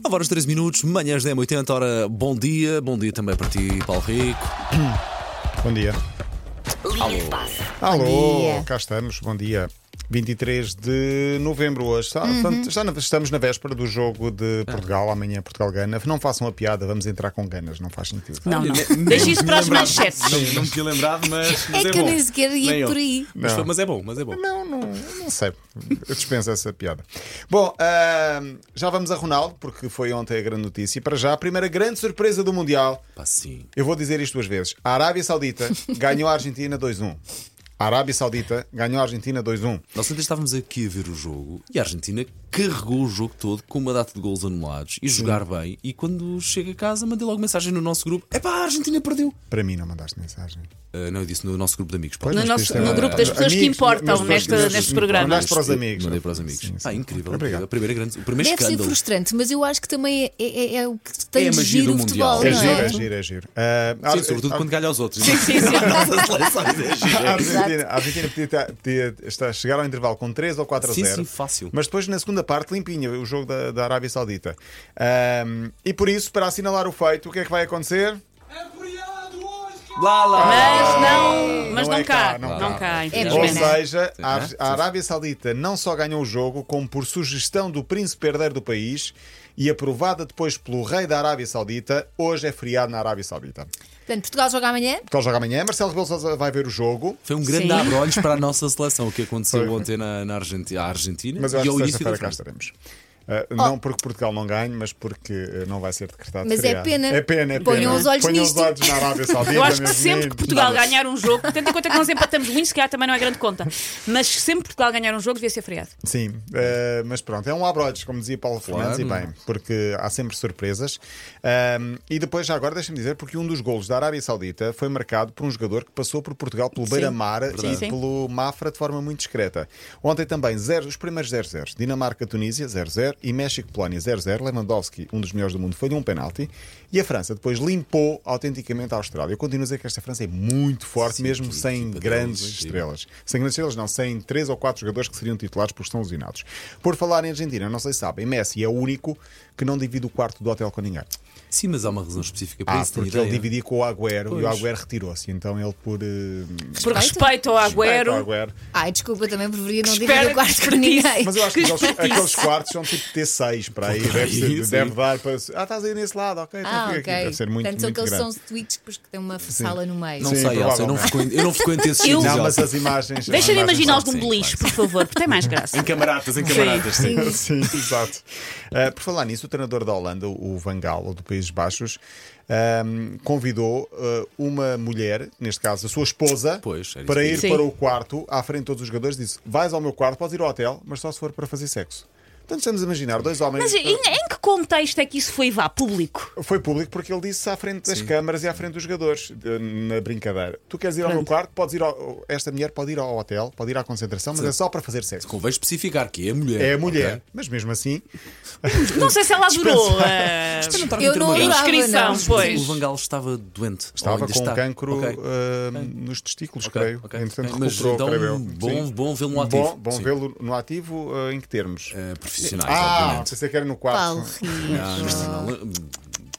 9 horas 13 minutos, manhãs 10 80 hora bom dia, bom dia também para ti, Paulo Rico. Bom dia. Linha de passe. Alô, dia. cá estamos, bom dia. 23 de novembro hoje. Está- portanto, já na- estamos na véspera do jogo de Portugal, amanhã Portugal-Gana. Não façam a piada, vamos entrar com ganas, não faz sentido. Não, não. Deixa isso para as manchetes. Não, me tinha lembrado, mas, É que eu nem sequer ia por aí. Mas, Não. foi- mas é bom, mas é bom. Não, não, não sei. Eu dispenso essa piada. Bom, ahm, já vamos a Ronaldo, porque foi ontem a grande notícia. E para já, a primeira grande surpresa do Mundial. Pá, sim. Eu vou dizer isto duas vezes. A Arábia Saudita ganhou a Argentina 2-1. A Arábia Saudita ganhou a Argentina 2-1. Nós ontem estávamos aqui a ver o jogo e a Argentina carregou o jogo todo com uma data de gols anulados e jogar bem. E quando chega a casa, mandei logo mensagem no nosso grupo: é pá, a Argentina perdeu. Para mim, não mandaste mensagem. Ah, não, eu disse no nosso grupo de amigos. Paulo. Pois, No mas nosso- isto é- no grupo das pessoas que Amigos, importam mas pessoas neste- que importam. neste programa. Mandaste para os amigos. Mandei para os amigos. Sim, sim. Pá, incrível. Obrigado. A primeira grande, o primeiro Deve ser escândalo. frustrante, mas eu acho que também é, é- é o que É tem a de magia giro do o Mundial. futebol, É não giro, é? é giro, é giro. Ah, a- Sim, sobretudo a- quando calha aos outros. é? Sim, sim, sim. Nossas seleções, é giro. a Argentina, a Argentina podia, estar- podia estar- chegar ao intervalo com 3 ou 4 a Sim, 0. sim, fácil. Mas depois, na segunda parte, limpinha o jogo da, da Arábia Saudita. Ahm, e por isso, para assinalar o feito, o que é que vai acontecer? É feriado hoje, pá! Lá, lá. Mas não, mas Não não, é cá, cá, não não cá. cá, Ou Pois infelizmente. é. seja, a, Ar- a Arábia Saudita não só ganhou o jogo, como por sugestão do príncipe herdeiro do país e aprovada depois pelo rei da Arábia Saudita, hoje é feriado na Arábia Saudita. Portanto, Portugal joga amanhã. Portugal joga amanhã, Marcelo Rebelo Sousa vai ver o jogo. Foi um grande Sim. abre-olhos para a nossa seleção, o que aconteceu Foi. ontem na, na Argentina, à Argentina Mas eu e acho ao que início da sexta-feira cá França. estaremos. Ah, Oh. Não porque Portugal não ganhe, mas porque ah, não vai ser decretado Mas é feriado. pena. É pena, é pena. Ponham os olhos Ponham os nisto. olhos na Arábia Saudita. Eu acho que meus sempre que meninos. Portugal ganhar um jogo, tendo em conta que nós empatamos muito, se calhar também não é grande conta, mas sempre que Portugal ganhar um jogo devia ser feriado. Sim, eh, mas pronto, é um abrolhos, como dizia Paulo Fernandes, e Claro. bem, porque há sempre surpresas. Ahm, e depois, já agora, deixa-me dizer, porque um dos golos da Arábia Saudita foi marcado por um jogador que passou por Portugal pelo Beira-Mar e Sim, sim. pelo Mafra de forma muito discreta. Ontem também, zero, os primeiros 0-0. Dinamarca-Tunísia, 0-0. E México-Polónia, 0-0. Lewandowski, um dos melhores do mundo, foi de um penalti. E a França depois limpou autenticamente a Austrália. Eu continuo a dizer que esta França é muito forte, Sim, mesmo que sem equipa grandes deles, é estrelas incrível. estrelas. Sem grandes estrelas, não, sem três ou quatro jogadores que seriam titulares porque estão lesionados. Por falar em Argentina, não sei se sabem, Messi é o único que não divide o quarto do hotel com ninguém. Sim, mas há uma razão específica para Ah, isso. é. tenho porque ele ideia. dividia com o Agüero e Pois. o Agüero retirou-se. Então ele, por. eh, Por Respeito. respeito ao respeito ao Agüero, Agüero. Ai, desculpa, também preferia não Espera dividir o quarto que com ninguém. disse. Mas eu acho que aqueles, Desperdício. aqueles quartos são tipo T6 para aí. Por aí, Deve, ser- sim. deve dar para. Ah, estás aí nesse lado, ok. então Ah, fica ok. aqui. Deve ser muito, Portanto, são muito aqueles grande. são tweets pois, que têm uma sala no meio. Não Sim, sei, Elsa, eu não provavelmente. frequento, eu não frequento esses Eu- sítios, Não, mas Elsa. as imagens. deixa de as imagens- imaginá-los de um sim, beliche, por favor, porque tem mais graça. Em camaradas, em camaradas. sim. Sim, exato. Uh, por falar nisso, o treinador da Holanda, o Van Gaal, do Países Baixos, um, convidou uh, uma mulher, neste caso a sua esposa, Pois, era isso para que eu ir ia dizer. para Sim. o quarto, à frente de todos os jogadores, disse: Vais ao meu quarto, podes ir ao hotel, mas só se for para fazer sexo. Portanto, estamos a imaginar dois homens. eh, Mas em, em que contexto é que isso foi vá público? Foi público porque ele disse à frente das câmaras e à frente dos jogadores, eh, na brincadeira. Tu queres ir ao meu quarto? Podes ir ao... Esta mulher pode ir ao hotel, pode ir à concentração, mas é só para fazer sexo. Convém especificar que é a mulher. É a mulher, ok? mas mesmo assim, Não sei se ela adorou. eh, Isto tá não está a Eu meter não uma graça. A adorava, inscrição, não. pois. O Vangal estava doente. ou Estava ainda com está. um cancro Ok. ah, nos testículos, Ok, creio. ok. Entretanto, Ok, mas recuperou, então, creio eu. bom- Sim. bom vê-lo no ativo. Bom, bom Sim. vê-lo no ativo, ah, em que termos? Eh, profissionais, ah, obviamente. pensei que era no Paulo quarto. Ah, Rico. não, não,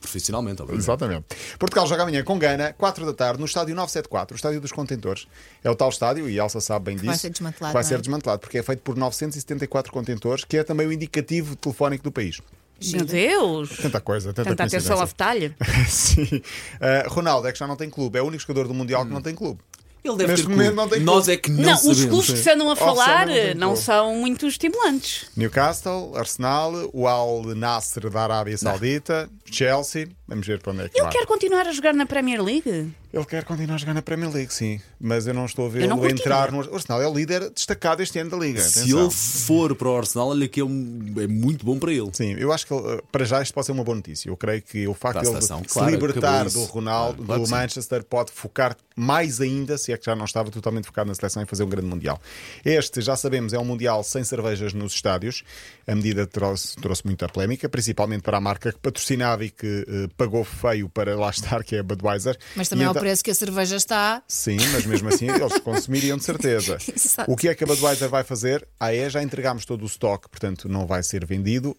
Profissionalmente, obviamente. Exatamente. Portugal joga amanhã com Gana, 4 da tarde, no estádio 974, o estádio dos contentores. É o tal estádio, e a Elsa sabe bem disso. vai ser desmantelado, Vai não é? ser desmantelado, porque é feito por 974 contentores, que é também o indicativo telefónico do país. Meu Deus. Tanta coisa, tanta, Tanta atenção coincidência. ao detalhe. Sim. Ah, Ronaldo é que já não tem clube, é o único jogador do Mundial Hum. que não tem clube. Ele deve Neste ter momento clube. não tem Nós clube. é que não, Não, os sabemos. clubes que se andam a falar Oficialmente eh, não não tem são muito estimulantes. Newcastle, Arsenal, o Al Nasser da Arábia Saudita, Chelsea. Vamos ver para onde é que Ele vai. quer continuar a jogar na Premier League? Ele quer continuar a jogar na Premier League, sim. Mas eu não estou a Eu não vê-lo curti. entrar no. O Arsenal é o líder destacado este ano da Liga. Se atenção. ele for para o Arsenal, olha que é, um- é muito bom para ele. Sim, eu acho que ele, eh, para já isto pode ser uma boa notícia. Eu creio que o Para facto a de ele seleção, se claro, libertar acabou isso. do Ronaldo, Claro, claro do que sim. Manchester, pode focar mais ainda, se é que já não estava totalmente focado na seleção, em fazer um grande Mundial. Este, já sabemos, é um Mundial sem cervejas nos estádios. A medida trouxe, trouxe muita polémica, principalmente para a marca que patrocinava e que eh, pagou feio para lá estar, que é a Budweiser. Mas E também ao então- preço que a cerveja está. Sim, mas mesmo assim eles consumiriam de certeza. Exato. O que é que a Budweiser vai fazer? Ah, é, já entregámos todo o estoque, portanto não vai ser vendido.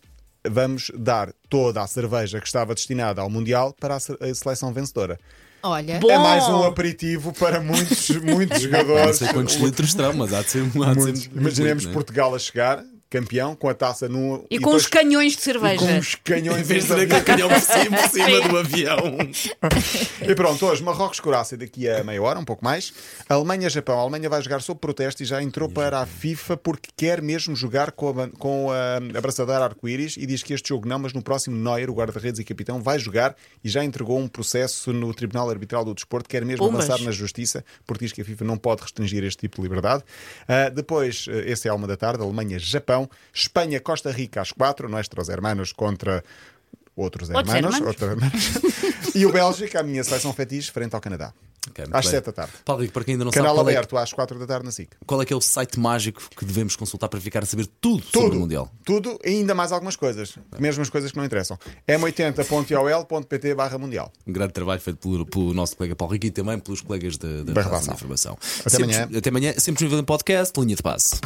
vamos dar toda a cerveja que estava destinada ao Mundial para a se- a seleção vencedora. Olha, Bom. É mais um aperitivo para muitos, muitos Não jogadores. sei quantos litros terão, mas há de ser. Há de Muitos. ser muito, Imaginemos muito, né? Portugal a chegar, campeão, com a taça nua E, com os depois- canhões de e com cerveja. os canhões Em vez de nos ter aquele canhão por cima, por Sim. cima do avião. E pronto, hoje Marrocos Croácia daqui a meia hora, um pouco mais. Alemanha Japão. A Alemanha vai jogar sob protesto e já entrou para a FIFA porque quer mesmo jogar com a, ban- com a abraçadeira arco-íris e diz que este jogo não, mas no próximo Neuer, o guarda-redes e capitão, vai jogar e já entregou um processo no Tribunal Arbitral do Desporto, quer mesmo Pumas. avançar na justiça porque diz que a FIFA não pode restringir este tipo de liberdade. Ah, depois, eh, esse é a uma da tarde, Alemanha Japão, Espanha Costa Rica às quatro, Nuestros Hermanos contra outros Outros hermanos, hermanos. outra irmã. e o Bélgica, a minha seleção fetiche, frente ao Canadá. Ok, muito às bem. 7 da tarde. Paulo, para quem ainda não Canal sabe qual é, aberto às 4 da tarde na SIC. qual é que é o site mágico que devemos consultar para ficar a saber tudo, sobre o Mundial. Tudo e ainda mais algumas coisas. Mesmo as coisas que não interessam. m80.ol.pt barra mundial. Um grande trabalho feito pelo, pelo nosso colega Paulo Rico e também pelos colegas da, da Da redação redação. de informação. Até Sempre- amanhã. Até amanhã, sempre disponível em podcast, linha de passe.